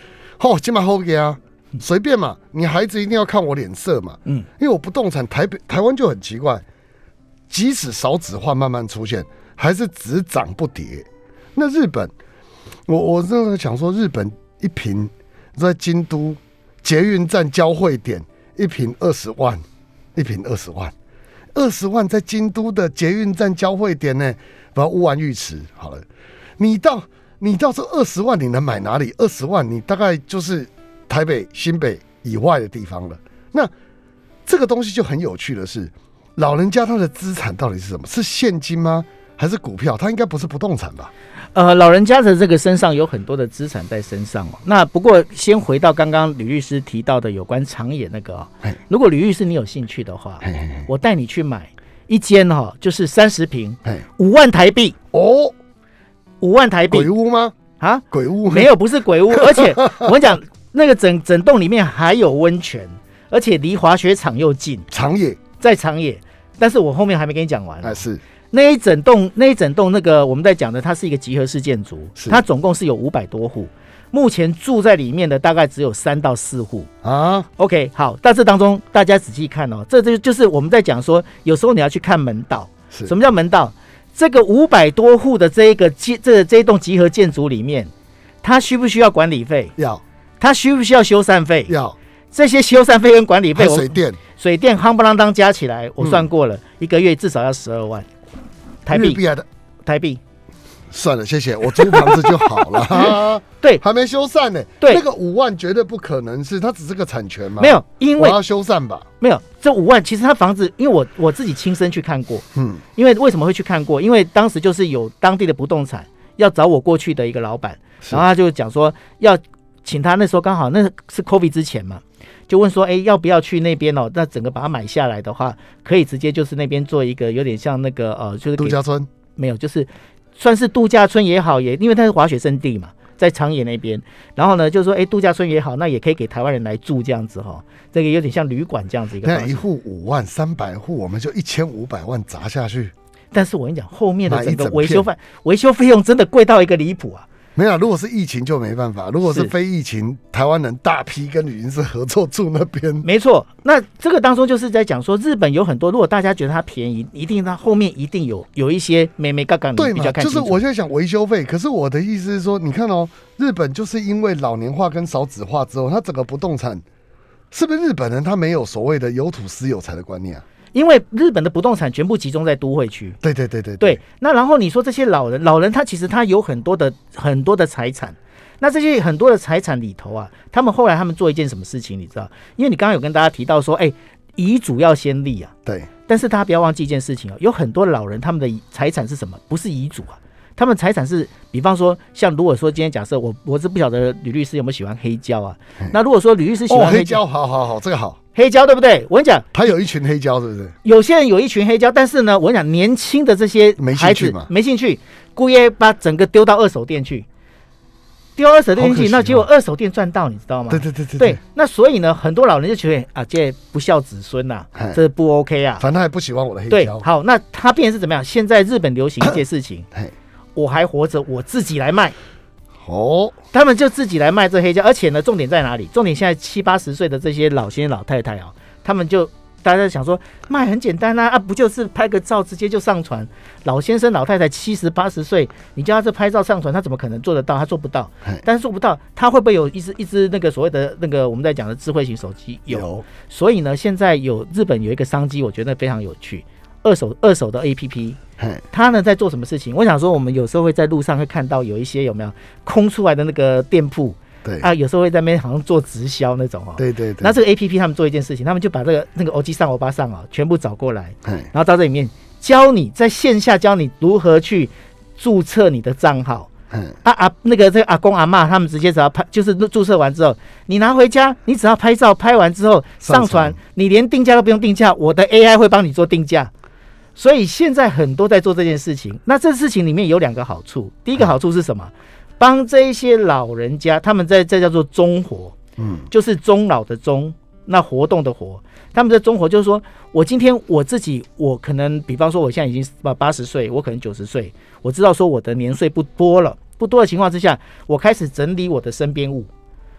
Speaker 2: 哦，起码后给啊，随便嘛，你孩子一定要看我脸色嘛，
Speaker 3: 嗯，
Speaker 2: 因为我不动产，台北台湾就很奇怪，即使少子化慢慢出现，还是只涨不跌。那日本，我我真的想说，日本一瓶在京都捷运站交汇点一瓶二十万，一瓶二十万，二十万在京都的捷运站交汇点呢，把乌丸浴池好了，你到你到这二十万你能买哪里？二十万你大概就是台北、新北以外的地方了。那这个东西就很有趣的是，老人家他的资产到底是什么？是现金吗？还是股票？他应该不是不动产吧？
Speaker 3: 呃，老人家的这个身上有很多的资产在身上哦。那不过先回到刚刚吕律师提到的有关长野那个、哦
Speaker 2: 嘿，
Speaker 3: 如果吕律师你有兴趣的话，
Speaker 2: 嘿嘿嘿
Speaker 3: 我带你去买一间哈、哦，就是三十平，
Speaker 2: 嘿，
Speaker 3: 五万台币，
Speaker 2: 哦，
Speaker 3: 五万台币
Speaker 2: 鬼屋吗？
Speaker 3: 啊。
Speaker 2: 鬼屋
Speaker 3: 没有，不是
Speaker 2: [laughs]
Speaker 3: 鬼屋，而且我跟你讲，那个整整栋里面还有温泉，而且离滑雪场又近，
Speaker 2: 长野
Speaker 3: 在长野。但是我后面还没跟你讲完，
Speaker 2: 还是
Speaker 3: 那一整栋那一整栋那个我们在讲的，它是一个集合式建筑，
Speaker 2: 是
Speaker 3: 它总共是有五百多户，目前住在里面的大概只有三到四户。
Speaker 2: 啊？
Speaker 3: OK，好，在这当中大家仔细看哦，这就就是我们在讲说，有时候你要去看门道，
Speaker 2: 是
Speaker 3: 什么叫门道？这个五百多户的这一个集这这一栋集合建筑里面，它需不需要管理费？
Speaker 2: 要
Speaker 3: 它需不需要修缮费？
Speaker 2: 要
Speaker 3: 这些修缮费跟管理费，
Speaker 2: 还
Speaker 3: 我
Speaker 2: 水电
Speaker 3: 水电夯不啷当加起来，我算过了，一个月至少要十二万台
Speaker 2: 日
Speaker 3: 币，
Speaker 2: 币来的，
Speaker 3: 台币。
Speaker 2: 算了，谢谢，我租房子就好了。啊
Speaker 3: [laughs] 对，
Speaker 2: [laughs] 还没修缮呢，
Speaker 3: 对
Speaker 2: 那个五万绝对不可能是，它只是个产权嘛。
Speaker 3: 没，有，因
Speaker 2: 啊我
Speaker 3: 为
Speaker 2: 要修缮吧。
Speaker 3: 没有这五万，其实他房子，因为我我自己亲身去看过，
Speaker 2: 嗯，
Speaker 3: 因为为什么会去看过？因为当时就是有当地的不动产要找我过去的一个老板，
Speaker 2: 是
Speaker 3: 然后他就讲说要请他，那时候刚好那是 COVID 之前嘛，就问说，哎，要不要去那边哦？那整个把它买下来的话，可以直接就是那边做一个有点像那个呃，就是
Speaker 2: 度
Speaker 3: 给
Speaker 2: 假村
Speaker 3: 没有，就是算是度假村也好，也因为它是滑雪胜地嘛，在长野那边。然后呢，就是说，哎，度假村也好，那也可以给台湾人来住这样子哈、这个有点像旅馆这样子一个
Speaker 2: 那
Speaker 3: 方
Speaker 2: 一
Speaker 3: 式。
Speaker 2: 户五万，三百户，我们就一千五百万砸下去。
Speaker 3: 但是我跟你讲，后面的
Speaker 2: 买一
Speaker 3: 整个
Speaker 2: 整
Speaker 3: 维修
Speaker 2: 片
Speaker 3: 费维修费用真的贵到一个离谱啊！
Speaker 2: 没有啊，如果是疫情就没办法，如果是
Speaker 3: 是
Speaker 2: 非疫情，台湾人大批跟旅行社合作住那边。
Speaker 3: 没错，那这个当中就是在讲说，日本有很多，如果大家觉得它便宜，一定它后面一定有有一些美眉杠杠，
Speaker 2: 对
Speaker 3: 你比
Speaker 2: 嘛，
Speaker 3: 较看
Speaker 2: 就
Speaker 3: 清
Speaker 2: 是
Speaker 3: 楚。
Speaker 2: 我现在想维修费，可是我的意思是说，你看哦，日本就是因为老年化跟少子化之后，它整个不动产是不是日本人他没有所谓的有土私有财的观念啊？
Speaker 3: 因为日本的不动产全部集中在都会区。
Speaker 2: 对对对对
Speaker 3: 对，那然后你说这些老人，老人他其实他有很多的很多的财产，那这些很多的财产里头啊，他们后来他们做一件什么事情，你知道？因为你刚刚有跟大家提到说，哎，遗嘱要先立啊，
Speaker 2: 对，
Speaker 3: 但是大家不要忘记一件事情啊，有很多老人他们的遗财产是什么？不是遗嘱啊，他们财产是，比方说像如果说今天假设我我是不晓得吕律师有没有喜欢黑胶啊，那如果说吕律师喜
Speaker 2: 哦，
Speaker 3: 欢
Speaker 2: 黑
Speaker 3: 黑胶，
Speaker 2: 胶，好好好，这个好，
Speaker 3: 黑胶对不对？我跟你讲，
Speaker 2: 他有一群黑胶，对不对？
Speaker 3: 有些人有一群黑胶，但是呢，我想年轻的这些
Speaker 2: 没兴趣
Speaker 3: 孩子
Speaker 2: 嘛
Speaker 3: 没兴趣，故意把整个丢到二手店去，丢二手店
Speaker 2: 好可
Speaker 3: 去，
Speaker 2: 惜
Speaker 3: 那
Speaker 2: 哦
Speaker 3: 结果二手店赚到，你知道吗？
Speaker 2: 对对对对
Speaker 3: 嗯对，那所以呢，很多老人就觉得啊，这不孝子孙呐、
Speaker 2: 嗨
Speaker 3: 这不 OK 啊。
Speaker 2: 反正他也不喜欢我的哎黑
Speaker 3: 对，
Speaker 2: 胶，，
Speaker 3: 好，那他变成是怎么样？现在日本流行一件事情
Speaker 2: 嘿，
Speaker 3: 我还活着，我自己来卖，
Speaker 2: 哦，
Speaker 3: 他们就自己来卖这黑胶，而且呢，重点在哪里？重点现在七八十岁的这些老先生老太太啊，他们就大家想说卖很简单啦、啊，不就是拍个照直接就上传？老先生老太太七十八十岁，你叫他这拍照上传，他怎么可能做得到？他做不到
Speaker 2: 嘿，
Speaker 3: 但是做不到，他会不会有一只一只那个所谓的那个我们在讲的智慧型手机所以呢，现在有日本有一个商机，我觉得非常有趣，二手二手的 APP，
Speaker 2: 嘿，
Speaker 3: 他呢在做什么事情？我想说，我们有时候会在路上会看到有一些有没有空出来的那个店铺
Speaker 2: 对，
Speaker 3: 啊，有时候会在那边好像做直销那种哦。。
Speaker 2: 对对对，
Speaker 3: 那这个 A P P 他们做一件事情，他们就把这个那个欧基上欧巴上啊，全部找过来，
Speaker 2: 嘿，
Speaker 3: 然后到这里面教你在线下教你如何去注册你的账号。
Speaker 2: 嘿，
Speaker 3: 啊啊，那个这个阿公阿妈他们直接只要拍，就是注册完之后，你拿回家，你只要拍照，拍完之后
Speaker 2: 上传
Speaker 3: 上传，你连定价都不用定价，我的 AI 会帮你做定价。所以现在很多在做这件事情。那这事情里面有两个好处，第
Speaker 2: 嗯
Speaker 3: 一个好处是什么？帮这一些老人家，他们在这叫做中活，
Speaker 2: 嗯，
Speaker 3: 就是中老的中，那活动的活，他们的中活就是说我今天我自己，我可能比方说我现在已经八八十岁，我可能九十岁，我知道说我的年岁不多了，不多的情况之下，我开始整理我的身边物，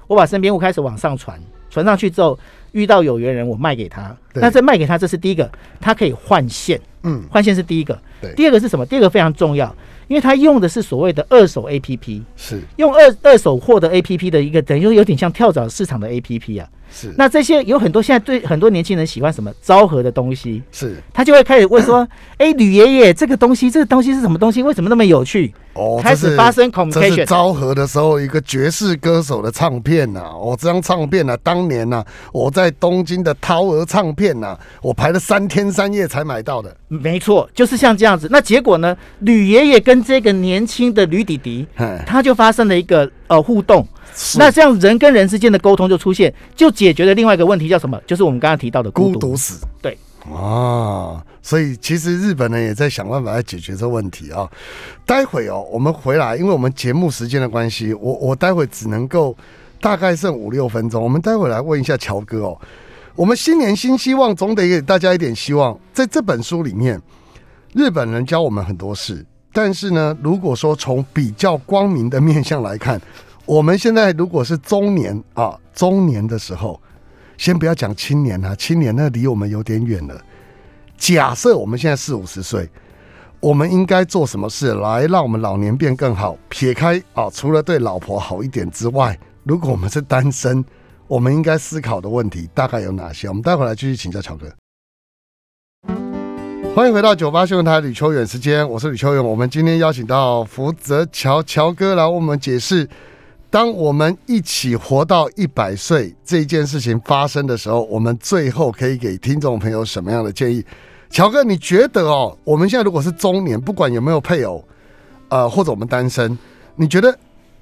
Speaker 3: 我把身边物开始往上传，传上去之后，遇到有缘人我卖给他，
Speaker 2: 对
Speaker 3: 那这卖给他，这是第一个，他可以换现，
Speaker 2: 嗯，
Speaker 3: 换现是第一个
Speaker 2: 对，
Speaker 3: 第二个是什么？第二个非常重要，因为他用的是所谓的二手 APP。
Speaker 2: 是
Speaker 3: 用二二手货的 A P P 的一个，等于说有点像跳蚤市场的 A P P 啊。
Speaker 2: 是，
Speaker 3: 那这些有很多现在对很多年轻人喜欢什么昭和的东西，
Speaker 2: 是
Speaker 3: 他就会开始问
Speaker 2: [laughs]
Speaker 3: 说：“哎，吕爷爷，这个东西，这个东西是什么东西？为什么那么有趣？”
Speaker 2: 哦，
Speaker 3: 开
Speaker 2: 这
Speaker 3: 始
Speaker 2: 是
Speaker 3: 发生
Speaker 2: 这是
Speaker 3: communication。
Speaker 2: 昭和的时候一个爵士歌手的唱片呐、哦，这张唱片呐、当年呐、我在东京的涛儿唱片呐、我排了三天三夜才买到的。
Speaker 3: 没错，就是像这样子。那结果呢？吕爷爷跟这个年轻的吕
Speaker 2: [laughs]
Speaker 3: 弟弟，
Speaker 2: 嘿
Speaker 3: 他就发生了一个呃互动。
Speaker 2: 是
Speaker 3: 那这样人跟人之间的沟通就出现，就解决了另外一个问题，叫什么？就是我们刚刚提到的孤
Speaker 2: 孤
Speaker 3: 独。
Speaker 2: 独死
Speaker 3: 对，
Speaker 2: 啊！所以其实日本人也在想办法来解决这问题啊。待会哦，我们回来，因为我们节目时间的关系，我我待会只能够大概剩五六分钟，我们待会来问一下乔哥哦。我们新年新希望，总得给大家一点希望。在这本书里面，日本人教我们很多事，但是呢，如果说从比较光明的面向来看，我们现在如果是中年啊，中年的时候，先不要讲青年啊，青年那离我们有点远了。假设我们现在四五十岁，我们应该做什么事来让我们老年变更好？撇开啊，除了对老婆好一点之外，如果我们是单身，我们应该思考的问题大概有哪些？我们待会来继续请教乔哥。欢迎回到九八新闻台吕秋远时间，我是吕秋远。我们今天邀请到福泽乔乔哥来为我们解释当我们一起活到一百岁这件事情发生的时候，我们最后可以给听众朋友什么样的建议？乔哥，你觉得哦，我们现在如果是中年，不管有没有配偶，呃，或者我们单身，你觉得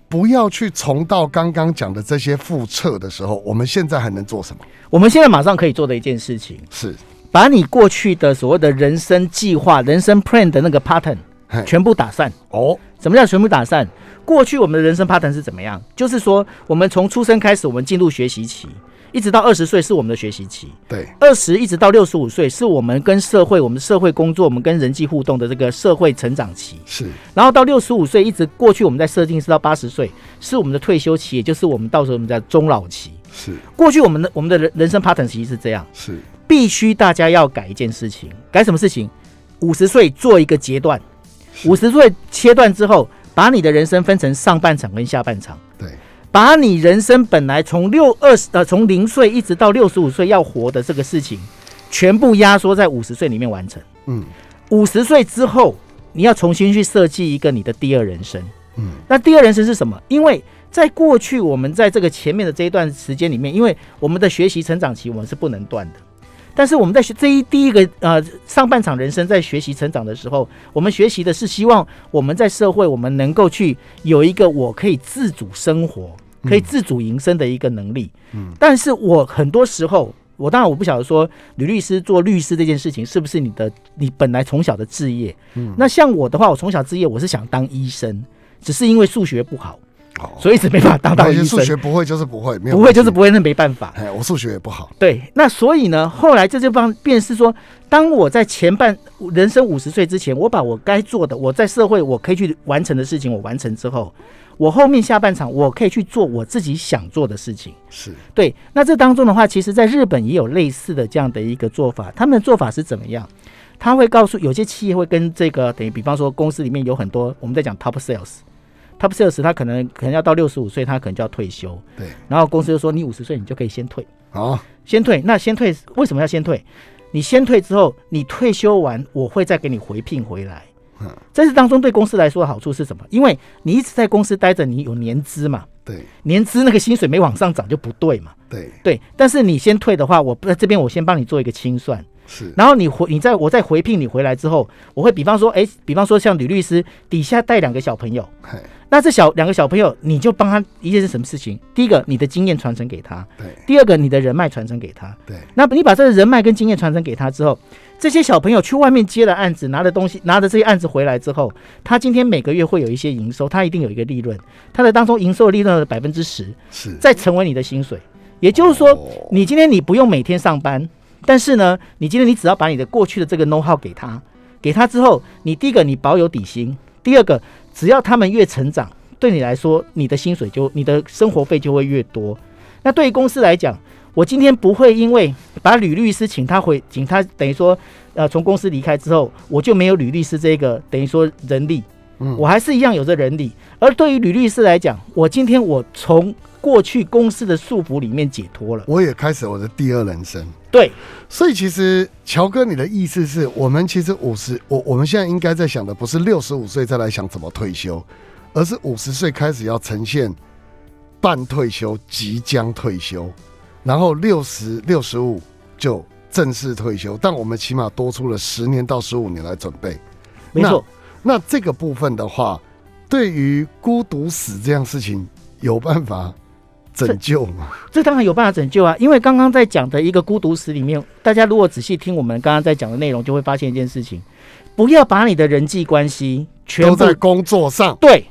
Speaker 2: 不要去重蹈刚刚讲的这些覆辙的时候，我们现在还能做什么？
Speaker 3: 我们现在马上可以做的一件事情，
Speaker 2: 是，
Speaker 3: 把你过去的所谓的人生计划、人生 plan 的那个 pattern
Speaker 2: 嘿，
Speaker 3: 全部打散。
Speaker 2: 哦，
Speaker 3: 什么叫全部打散？过去我们的人生 pattern 是怎么样？就是说，我们从出生开始，我们进入学习期，一直到二十岁是我们的学习期，
Speaker 2: 对，
Speaker 3: 二十一直到六十五岁是我们跟社会、我们社会工作、我们跟人际互动的这个社会成长期。
Speaker 2: 是，
Speaker 3: 然后到六十五岁，一直过去我们在设定是到八十岁，是我们的退休期，也就是我们到时候我们叫中老期。
Speaker 2: 是，
Speaker 3: 过去我们的我们的人人生 pattern 其实是这样。
Speaker 2: 是，
Speaker 3: 必须大家要改一件事情，改什么事情？五十岁做一个阶段，
Speaker 2: 是
Speaker 3: 五十岁切断之后，把你的人生分成上半场跟下半场，
Speaker 2: 对，
Speaker 3: 把你人生本来从六二十呃从零岁一直到六十五岁要活的这个事情，全部压缩在五十岁里面完成。
Speaker 2: 嗯
Speaker 3: 五十岁之后，你要重新去设计一个你的第二人生。
Speaker 2: 嗯
Speaker 3: 那第二人生是什么？因为在过去，我们在这个前面的这一段时间里面，因为我们的学习成长期我们是不能断的。但是我们在学这一第一个呃上半场人生在学习成长的时候，我们学习的是希望我们在社会我们能够去有一个我可以自主生活、可以自主营生的一个能力。
Speaker 2: 嗯，
Speaker 3: 但是我很多时候，我当然我不晓得说吕律师做律师这件事情是不是你的你本来从小的志业。
Speaker 2: 嗯，
Speaker 3: 那像我的话，我从小志业我是想当医生，只是因为数学不好，
Speaker 2: 好，
Speaker 3: 哦所以一直没办法当到
Speaker 2: 哦那
Speaker 3: 医
Speaker 2: 些
Speaker 3: 生。
Speaker 2: 哎数学不会就是不会，没有
Speaker 3: 不会就是
Speaker 2: 关
Speaker 3: 不会，那没办法。
Speaker 2: 系。哎，我数学也不好。
Speaker 3: 对，那所以呢，后来这就方便是说，当我在前半人生五十岁之前，我把我该做的，我在社会我可以去完成的事情，我完成之后，我后面下半场我可以去做我自己想做的事情。
Speaker 2: 是，
Speaker 3: 对，那这当中的话，其实在日本也有类似的这样的一个做法，他们的做法是怎么样？他会告诉有些企业会跟这个等于，比方说公司里面有很多我们在讲 top sales，top sales 他可能可能要到六十五岁，他可能就要退休，
Speaker 2: 对，哦
Speaker 3: 然后公司就说你五十岁你就可以先退，
Speaker 2: 好，
Speaker 3: 先退。那先退为什么要先退？你先退之后，你退休完，我会再给你回聘回来
Speaker 2: 嗯。
Speaker 3: 在这当中对公司来说的好处是什么？因为你一直在公司待着，你有年资嘛，
Speaker 2: 对
Speaker 3: 年资那个薪水没往上涨就不对嘛。
Speaker 2: 对
Speaker 3: 对，但是你先退的话，我在这边我先帮你做一个清算，
Speaker 2: 是，
Speaker 3: 然后你回你再我再回聘你回来之后，我会比方说，哎，比方说像吕律师底下带两个小朋友，
Speaker 2: 嘿，
Speaker 3: 那这小两个小朋友你就帮他一件是什么事情？第一个，你的经验传承给他；
Speaker 2: 对
Speaker 3: 第二个，你的人脉传承给他。
Speaker 2: 对，
Speaker 3: 那你把这个人脉跟经验传承给他之后，这些小朋友去外面接了案子，拿了东西，拿着这些案子回来之后，他今天每个月会有一些营收，他一定有一个利润，他的当中营收的利润的百分之十，
Speaker 2: 是。
Speaker 3: 再成为你的薪水。也就是说，
Speaker 2: 哦
Speaker 3: 你今天你不用每天上班，但是呢，你今天你只要把你的过去的这个 know how 给他，给他之后，你第一个你保有底薪，第二个只要他们越成长，对你来说，你的薪水就你的生活费就会越多。那对于公司来讲，我今天不会因为把吕律师请他回，请他等于说，呃，从公司离开之后，我就没有吕律师这个等于说人力，
Speaker 2: 嗯
Speaker 3: 我还是一样有这人力。而对于吕律师来讲，我今天我从过去公司的束缚里面解脱了，
Speaker 2: 我也开始我的第二人生。
Speaker 3: 对。
Speaker 2: 所以其实乔哥，你的意思是我们其实五十，我我们现在应该在想的不是六十五岁再来想怎么退休，而是五十岁开始要呈现半退休、即将退休，然后六十六十五就正式退休。但我们起码多出了十年到十五年来准备。
Speaker 3: 没错，
Speaker 2: 那这个部分的话，对于孤独死这样事情，有办法拯救吗？
Speaker 3: 这当然有办法拯救啊！因为刚刚在讲的一个孤独史里面，大家如果仔细听我们刚刚在讲的内容，就会发现一件事情：不要把你的人际关系全
Speaker 2: 都
Speaker 3: 部
Speaker 2: 在工作上，
Speaker 3: 对。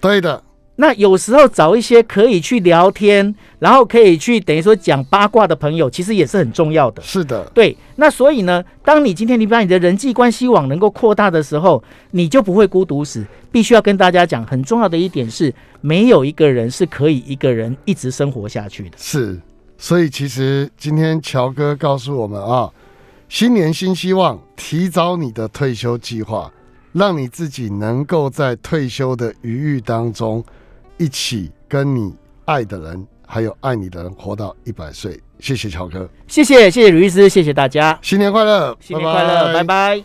Speaker 2: 对的，
Speaker 3: 那有时候找一些可以去聊天，然后可以去等于说讲八卦的朋友，其实也是很重要的。
Speaker 2: 是的，
Speaker 3: 对，那所以呢，当你今天你把你的人际关系网能够扩大的时候，你就不会孤独死。必须要跟大家讲，很重要的一点是，没有一个人是可以一个人一直生活下去的。
Speaker 2: 是。所以其实今天乔哥告诉我们啊，新年新希望，提早你的退休计划，让你自己能够在退休的余裕当中，一起跟你爱的人，还有爱你的人活到一百岁。谢谢乔哥，
Speaker 3: 谢谢，谢谢吕律师，谢谢大家，
Speaker 2: 新年快乐，
Speaker 3: 新年快乐，拜拜